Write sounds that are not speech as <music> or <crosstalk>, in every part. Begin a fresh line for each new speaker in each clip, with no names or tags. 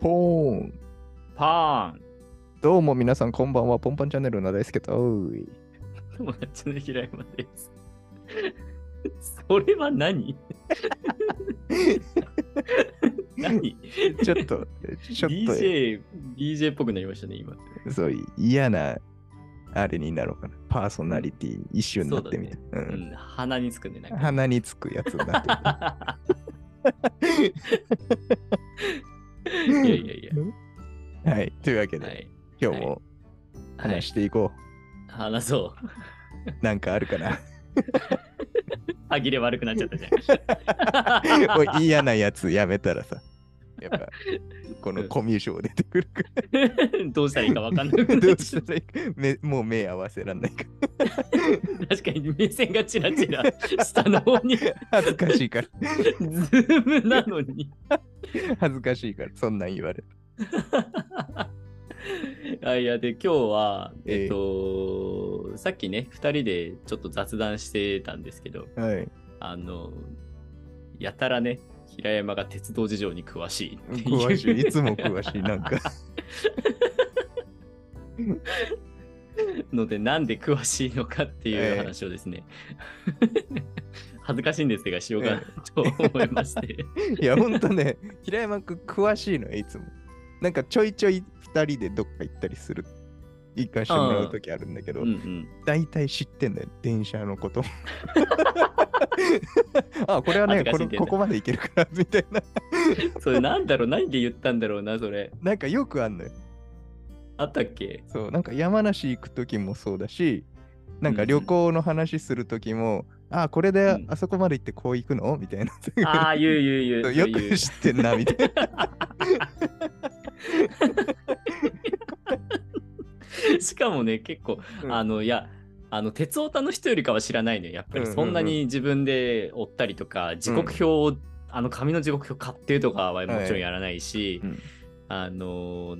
ポーン
パーン <laughs>
どうも皆さんこんばんは、ポンパンチャンネルの大輔と、おい。
友達の平山です。それは何何
ちょっと、ちょ
<laughs>
っと、
DJ、DJ っぽくなりましたね、今。
そう嫌な、あれになろうかな。パーソナリティ一周になってみた。う
うんん、鼻につくね、なんか。
鼻につくやつになってみた
<laughs> いやいやい
はい、というわけ
や。
で、
はい。
今日も
はい
話、していこ。
話そう
なんかあるかな。 <laughs>
う。歯切れ悪くなっちゃったじゃん。
おい嫌なやつやめたらさ、やっぱ、このコミュ障出てくるか
<laughs> どうしたらいいか分かんなく
ら、ど
なっ
う
ちゃ
し
った
らいいか目もう目合わせらんないか
た。確かに目線がチラチラ下の方に、ズ
ら、恥ずかしいから、
ームなのに。
恥ずかしいから、そんなん言われる。
あいやで今日は
ええ
えっと、さっきね2人でちょっと雑談してたんですけど
はい。
あのやたらね平山が鉄道事情に詳しいっていう
詳しい、いつも詳しい、なんか。
<laughs> のでなんで詳しいのかってい
ええ
う話をです
<laughs>
ね、恥ずかしいんですがしようかなと思いまして、
いや、ほんとね、平山くん詳しいのよ、いつも。なんかちょいちょい2人でどっか行ったりする。行かしてもらうときあるんだけど
うん、うん、
大体知ってんだよ、電車の
<laughs>
こと。あ、これはね、
恥
これ
ずかしいけど
ここまで行けるから、みたいな。
それなんだろう何で言ったんだろうなそれ
なんかよくあんのよ。
あったっけ
そう、なんか山梨行くときもそうだし、なんか
うんうん
旅行の話するときも、あ、これ
う
で
ん
あそこまで行ってこう行くのみたいな。
ああ言う言う言
そう <laughs> うよ
そう言
く
う
知ってんな、みたいな。 <laughs>
しかもね結構、
うん
あのいやあの鉄オタの人よりかは知らないのよやっぱ
うんうん
り
うん
そんなに自分で追ったりとか、時刻表を、あの紙の時刻表買ってとかはもちろんやらないし、
うん
あの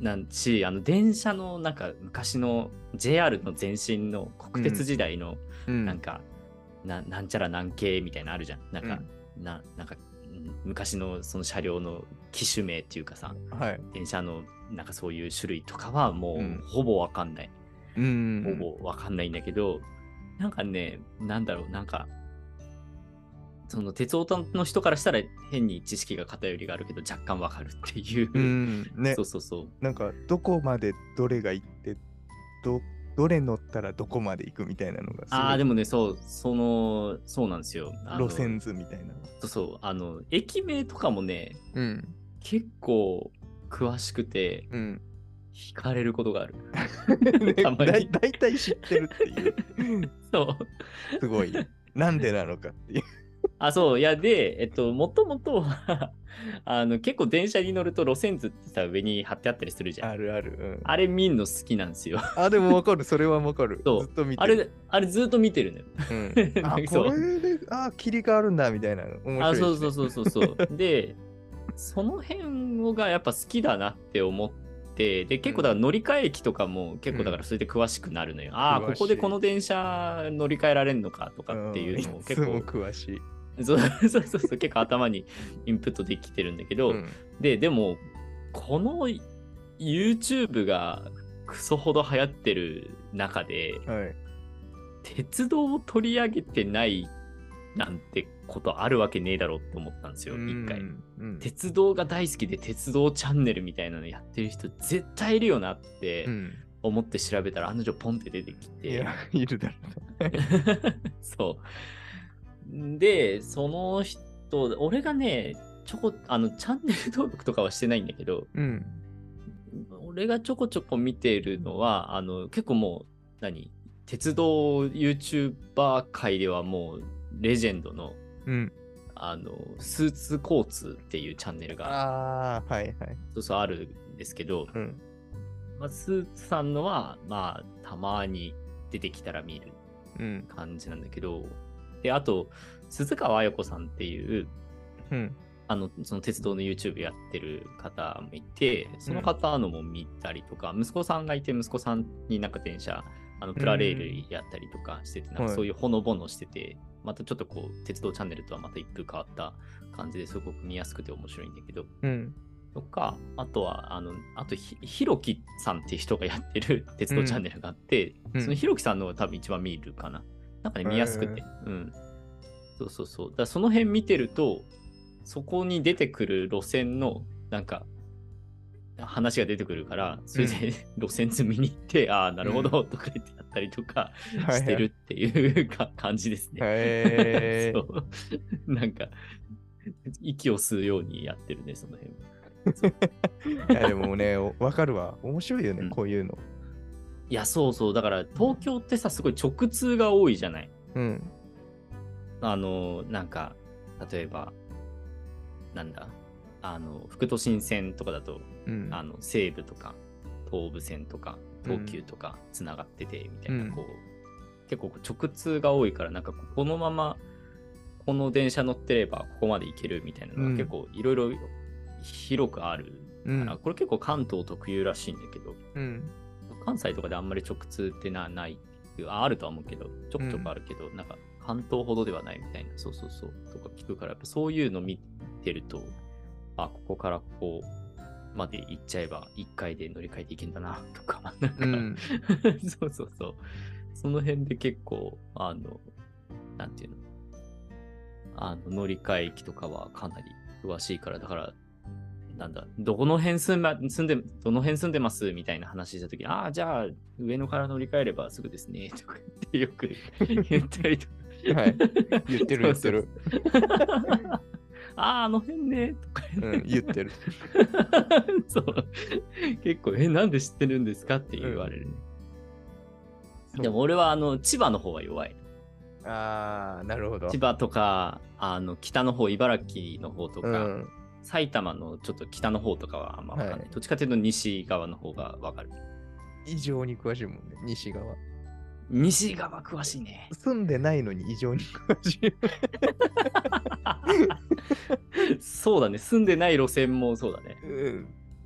なんしあの電車のなんか昔の JR の前身の国鉄時代の
うん
なんか、ななんちゃら何系みたいなのあるじゃんなんか、ななんかうん昔のその車両の機種名っていうかさ、
はい。
電車のなんかそういう種類とかはも
うん
うほぼわかんない、
うん。
ほぼわかんないんだけどなんかねなんだろうなんかその鉄オタの人からしたら変に知識が偏りがあるけど若干わかるっていう、
うん。ね
そう、そうそう
なんかどこまでどれが行ってどどれ乗ったらどこまで行くみたいなのがすごい
ああでもねそうそのそうなんですよあの
路線図みたいな。
そうそうあの駅名とかもね
うん
結構詳しくて
うん。
惹かれることがある <laughs> たま
だい
に
大体知ってるっていう
そう
す
<laughs>
ごい。なんでなのかっていう。
あ、そう、いや、で、えっと、もともとは <laughs> あの、結構電車に乗ると路線図ってさ、上に貼ってあったりするじゃん。
あるある。うん、
あれ見んの好きなんですよ。
あでもわかる。それはわかる。
そう
ずっと見て
あ
る。
れ、あれずっと見てるのよ。 <laughs>
うん、あ
そ
こ
う
れであ霧があるんだみたいなの。面白い
あ、
ですね、
そうそうそうそうそう。で、その辺をがやっぱ好きだなって思って、で、結構だから乗り換え駅とかも結構だからそれで詳しくなるのよ。ああ、
詳しい
ここでこの電車乗り換えられんのかとかっていうの
ん
を
いつ
結
も
構、
詳しい。
<laughs> そうそうそうそう、結構頭にインプットできてるんだけど、
うん
ででもこの YouTube がクソほど流行ってる中で
はい、
鉄道を取り上げてないなんてことあるわけねえだろうって思ったんですよ一回
うんうん
鉄道が大好きで鉄道チャンネルみたいなのやってる人絶対いるよなって
うん
思って調べたら案の定ポンって出てき
い
て
や、いるだろうな
そう。で、その人、俺がね、ちょこ、あの、チャンネル登録とかはしてないんだけど、
うん。
俺がちょこちょこ見てるのは、あの、結構もう、何鉄道 YouTuber 界ではもう、レジェンドの、
うん。
あの、スーツ交通っていうチャンネルが、
ああ、はいはい。
そうそうあるんですけど、
うん。
まあ、スーツさんのは、まあ、たまに出てきたら見る
うん。
感じなんだけど、で、あと、鈴川綾子さんっていう、
うん。
あの、その鉄道の YouTube やってる方もいて、その方のも見たりとか、息子さんがいて、息子さんになんか電車、あのプラレールやったりとかしてて、なん
は
か
い
そういうほのぼのしてて、またちょっとこう、鉄道チャンネルとはまた一風変わった感じですごく見やすくて面白いんだけど、
うん。
とか、あとは、あの、あとひ、ひろきさんって人がやって
<laughs>
る鉄道チャンネルがあって、
うん
そのひろきさんの方が多分一番見るかな。なんかね、見やすくて。
へ
うん。そうそうそう。だからその辺見てると、そこに出てくる路線の、なんか、話が出てくるから、それで、路線図見に
<laughs>
行って、ああ、なるほど、とか言ってやったりとか <laughs> してるっていうか感じですね。
へ
<laughs> そ
ー
う。なんか、息を吸うようにやってるね、その辺。
いやでもね、おわかるわ。面白いよね、
うん
こういうの。
いや、そうそう。だから、東京ってさ、すごい直通が多いじゃない。
うん。
あの、なんか、例えば、なんだ、あの、副都心線とかだと、
うん。
あの、西武とか、東武線とか、東急とか、つながってて、みたいな、
うん
こう、結構こう直通が多いから、なんかこう、このまま、この電車乗ってれば、ここまで行けるみたいなのが、
うん
結構、いろいろ広くある
うん
から、これ結構関東特有らしいんだけど、
うん。
関西とかであんまり直通ってなないっていうああるとは思うけど、ちょくちょくあるけど、なんか関東ほどではないみたいな、そうそうそう、とか聞くから、やっぱそういうの見てると、あ、ここからここまで行っちゃえば、1回で乗り換えていけんだな、とか、なんか、
うん。
<laughs> そうそうそう、その辺で結構、あの、なんていうの、あの乗り換え機とかはかなり詳しいから、だから、なんだ、どこの辺住ん,、ま、住んで、どの辺住んでますみたいな話したときに、ああ、じゃあ、上野から乗り換えればすぐですね、とか
<laughs>
言ってよく言ったりとか。
はい。言ってる言ってる。
<laughs> ああ、あの辺ね、とか言
うん、言ってる。
って、 <laughs> そう。結構、え、なんで知ってるんですかって言われるね。でも俺は、あの、千葉の方は弱い。
ああ、なるほど。
千葉とか、あの、北の方、茨城の方と
う
か、
ん。
埼玉のちょっと北の方とかはあんまわかんない。
はい
どっちかというと西側の方がわかる。
異常に詳しいもんね、西側。。
西側詳しいね
住んでないのに異常に詳しい。
そうだね。住んでない路線もそうだね。
う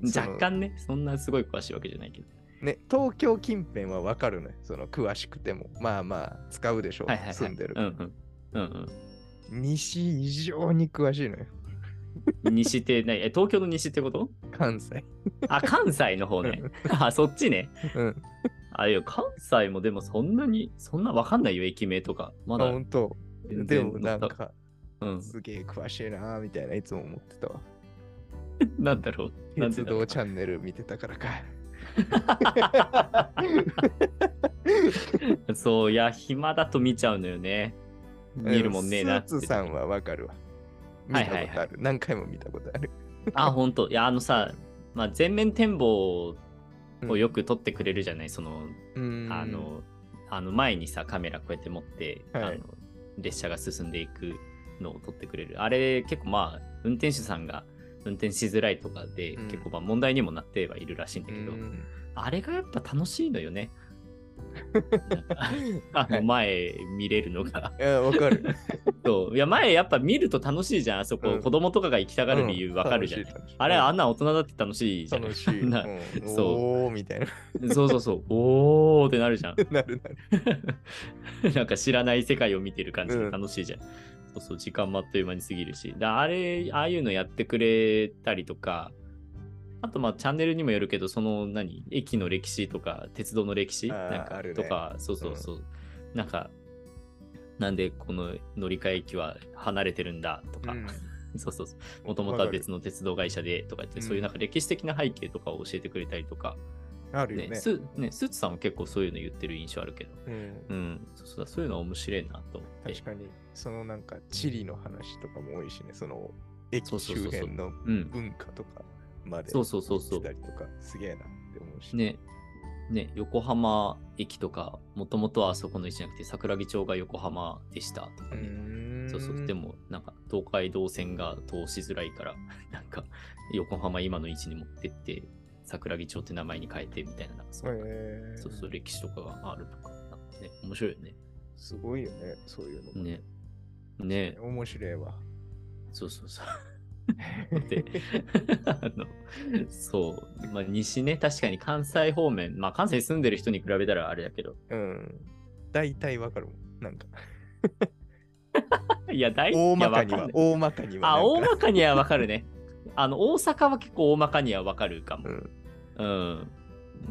ん。その
若干ね、そんなすごい詳しいわけじゃないけど。
ね、東京近辺はわかるね。その詳しくても。まあまあ、使うでしょう。
はいはいはい。
住んでる。
うんうん。うん
西、異常に詳しいのよ。
うん、西って何え、 <laughs> 東京の西ってこと
関西。
あ、関西の方ね。あ、そっちね。
うん。
あ、いや、関西もでもそんなに、そんなわかんないよ、駅名とか。ま
あ、
だ
本当。
全
で
然
もなん
乗った。
か、
うん。
すげえ詳しいなーみたいないつも思ってたわ。
なんだろう。なんで
鉄
だろう
道チャンネル見てたからか。 <laughs>
そう、いや、暇だと見ちゃうのよね。 <laughs> 見るもんねえなって
スーツさんはわかるわ。見
は
た
い
ことある、
はいはい
何回も見たことある。
あ、本当いや、あのさ、まあ、全面展望をよく撮ってくれるじゃない、その、
うん
あ、の、あの前にさ、カメラこうやって持って、
はい
あの列車が進んでいくのを撮ってくれる。あれ、結構まあ、運転手さんが運転しづらいとかで、
うん
結構まあ問題にもなってはいるらしいんだ
う
けど、
ん
あれがやっぱ楽しいの
<laughs>
よね。なんかあ
は
の
い
前見れるのが。 <laughs>
いや、わかる。
そういや前やっぱ見ると楽しいじゃんあそこ、
うん
子供とかが行きたがる理由わかるじゃん、
う楽しい
あれあ
楽
んな大人だって楽しい
し
じ
い
ゃん
楽しい。
<laughs> な
うん
そう
おーみたいな。 <laughs>
そうそうそうおーってなるじゃん
なるなる。
<laughs> なんか知らない世界を見てる感じで楽しいじゃん、そうそう時間もあっという間に過ぎるしだあれああいうのやってくれたりとかあとまあチャンネルにもよるけどその何駅の歴史とか鉄道の歴史
あー
なんか
あるね
とかそうそうそう、なんかなんでこの乗り換え駅は離れてるんだとか、 <laughs> そうそうそう。もともとは別の鉄道会社でとか言って、
うん
そういうなんか歴史的な背景とかを教えてくれたりとか、
あるよ
ね
ね。
スねスーツさんは結構そういうの言ってる印象あるけど、
うん
うん、そうそうだそういうのは面白いなと思って。
確かに、そのなんか、地理の話とかも多いしね、その、
そ
駅
うそうそう
周
そう
辺の
うん。
文化とかまで
そうそうそうそう
来たりとか、すげえなって思うし。
ね、ね、横浜駅とか、もともとはあそこの位置じゃなくて、桜木町が横浜でしたとか
う
ね。
ーん。
そうそうでもなんか東海道線が通しづらいから <laughs> なんか横浜今の位置に持ってって桜木町って名前に変えてみたいななんかそ
へ
う
ー、
いうそうそう、歴史とかがあるとか、なんかね、面白いよね。
すごいよね、そういうの。
ね。ね、
面白いわ。
そうそうそう。で、 <laughs> あの、そう、まあ、西ね、確かに関西方面、まあ、関西に住んでる人に比べたらあれだけど、
<laughs> うん。大体わかるもん。なんか、
いや、大
大まかには、
いやわかんない
大まかには。
あ、
な
大
んか
まかにはわかるね。 <laughs> あの、大阪は結構大まかにはわかるかも
う。ん。
うん。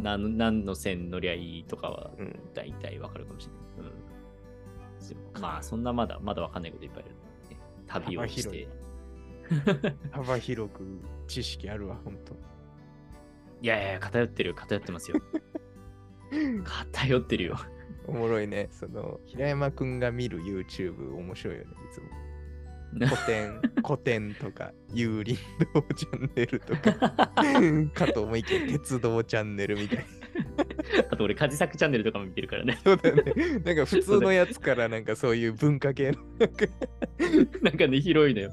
なん何の線乗りゃいいとかは
うん。
大体わかるかもしれない。うんそう。まあ、そんなまだ、まだわかんないこといっぱいある、ね。旅をし
幅広
て
い。幅広く知識あるわ、ほんと。
いやいやいや、偏ってる、偏っ
<laughs>
てますよ。偏ってるよ。 <laughs>
おもろいね。その、平山くんが見る YouTube 面白いよね、いつも。古
<laughs>
典、古典とか、有林道チャンネルと
<laughs>
か、かと思いきや鉄道チャンネルみたいな。
あと俺、カジサクチャンネルとかも見てるからね。
そうだよ
<laughs>
ね。なんか普通のやつからなんかそういう文化系の。
<laughs> なんかね、広いのよ。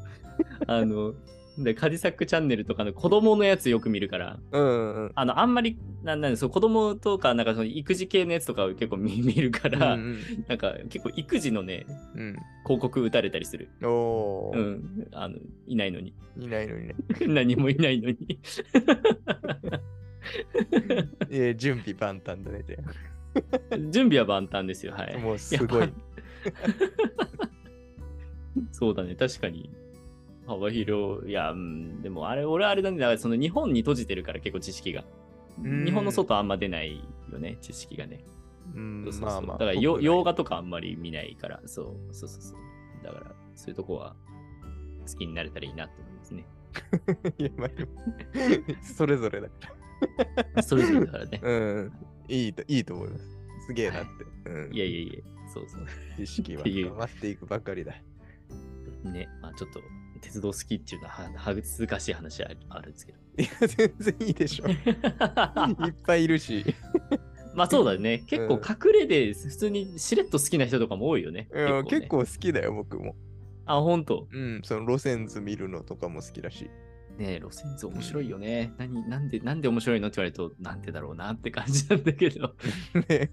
あの、でカジサックチャンネルとかの子供のやつよく見るから、
うんうん。
あの、あんまり、なんなんそう、子供とか、なんかその育児系のやつとかを結構 <laughs> 見見るか
う
ら、
ん
なんか結構育児のね、
うん。
広告打たれたりする。
うん、お
う
ー、
ん、あの、いないのに。 <laughs>
いないのにね。
何もいないのに。 <laughs>
えー準備万端だね、じゃ
準備は万端ですよ、は
あ。
い。
もうすご
や
い
っ。そうだね、確かに。幅広い。いや、うん、でもあれ、俺はあれだね、だからその日本に閉じてるから結構知識が。
うん
日本の外あんま出ないよね、知識がね。
うん
そうそうそう
まあまあ。
だから
よ
よ洋画とかあんまり見ないから、そうそうそうそう。だから、そういうとこは好きになれたらいいなと思いますね。
いやまあでもそれぞれだか
それぞれ
<laughs>
だからね。
ら。うん。いいといいと思います。すげえなって。うん
いやいやいや、そうそう。
知識は
っていう
変わっていくばかりだ。
ね、まあちょっと鉄道好きっていうのはは恥ずかしい話はあるんですけど。 <laughs>
いや、全然いいでしょ。いっぱいいるし。
まあそうだね。結構隠れで普通にしれっと好きな人とかも多いよね。
うん
結構ね
結構好きだよ、僕も。
あ、本当。
うん、その路線図見るのとかも好きだ
<laughs>
し。
ねえ、路線図面白いよね。何、なんで、なんで面白いのって言われると、なんでだろうなって感じなんだけど。
ね、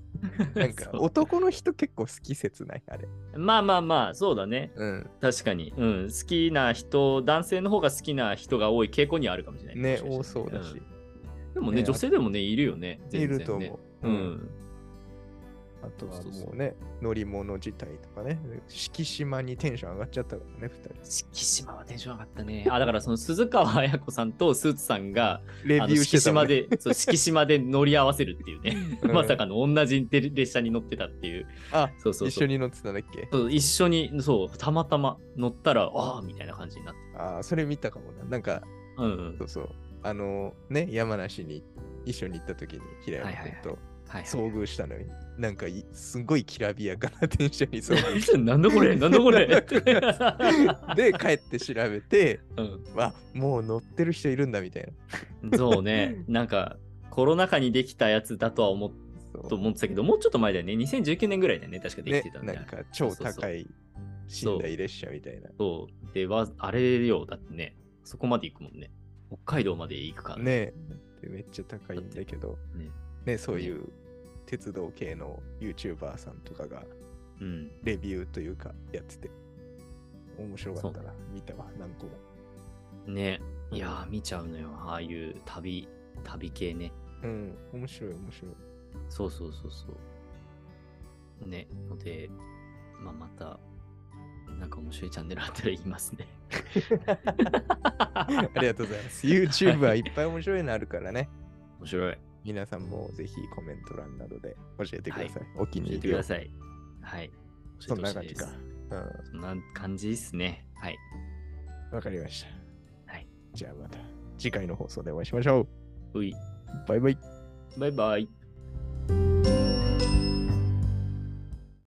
なんか
<laughs> そう
男の人結構好き説ないあれ。
まあまあまあ、そうだね。
うん。
確かに。うん。好きな人、男性の方が好きな人が多い傾向にはあるかもしれない。
ね、多
もしか
そう
たら
だ
ね
し。。
うんでもね
ね
女性でもね、いるよね。
い
全然ね
ると思う。
う。ん。
あとは
そうそうそ
も
う
うね、乗り物自体とかね、敷島にテンション上がっちゃったからね、
四季島はテンション上がったね。あ、だからその鈴川綾子さんとスーツさんが、
二人。レ
あ
ビ
の
ュー
四
して
季
たも
島
んね、
で、そう四季島で乗り合わせるっていうね。
<laughs> うん
まさかの同じ列車に乗ってたっていう。
あ、
そうそうそう。
一緒に乗ってたんだっけ
そう一緒にそうたまたま乗ったらああみたいな感じになって
あー、それ見たかもな。なんか、
うんうん
そうそう。あのね、山梨に一緒に行った時に平山
はい
君
はい
と
はい
遭
<laughs>
遇したのに、なんかいすごいきらびやかなテンションに遭遇
<laughs>
し
なんだこれなんだ
<laughs>
これ
て。で、帰って調べて、
<laughs> うん
あもう乗ってる人いるんだみたいな。
そうねなんかコロナ禍にできたやつだとは思っ
そう
と思ってたけどもうちょっと前だよね2019年ぐらいだよね確かでき
ね
てた、んだ、
なんか超高い寝台列車みたいな。
そうでわあれよだってねそこまで行くもんね北海道まで行くから
ねでめっちゃ高いんだけど、
ね
ね、そういう鉄道系の YouTuber さんとかが
うん
レビューというかやってて、面白かった
そ
な、見たわ、何個も。
ねいやー見ちゃうのよああいう旅旅系ね
うん、面白い、面
<laughs>
白い。
そうそうそうそう。ね、ので、まあ、また、なんか面白いチャンネルあったら言いますね。
<laughs>
<laughs>
ありがとうございます。YouTube はいっぱい面白いのあるからね。
面白い。
皆さんもぜひコメント欄などで教えてください。お気
教
に
え
入
て
り
く
を
だ。さい。はい。
そんな感じか
教えてほしいで。
うん
す。そんな感じですね。はい。
わかりました。
はい。
じゃあまた次回の放送でお会いしましょう。
うい。
バイバイ。
バイバイ。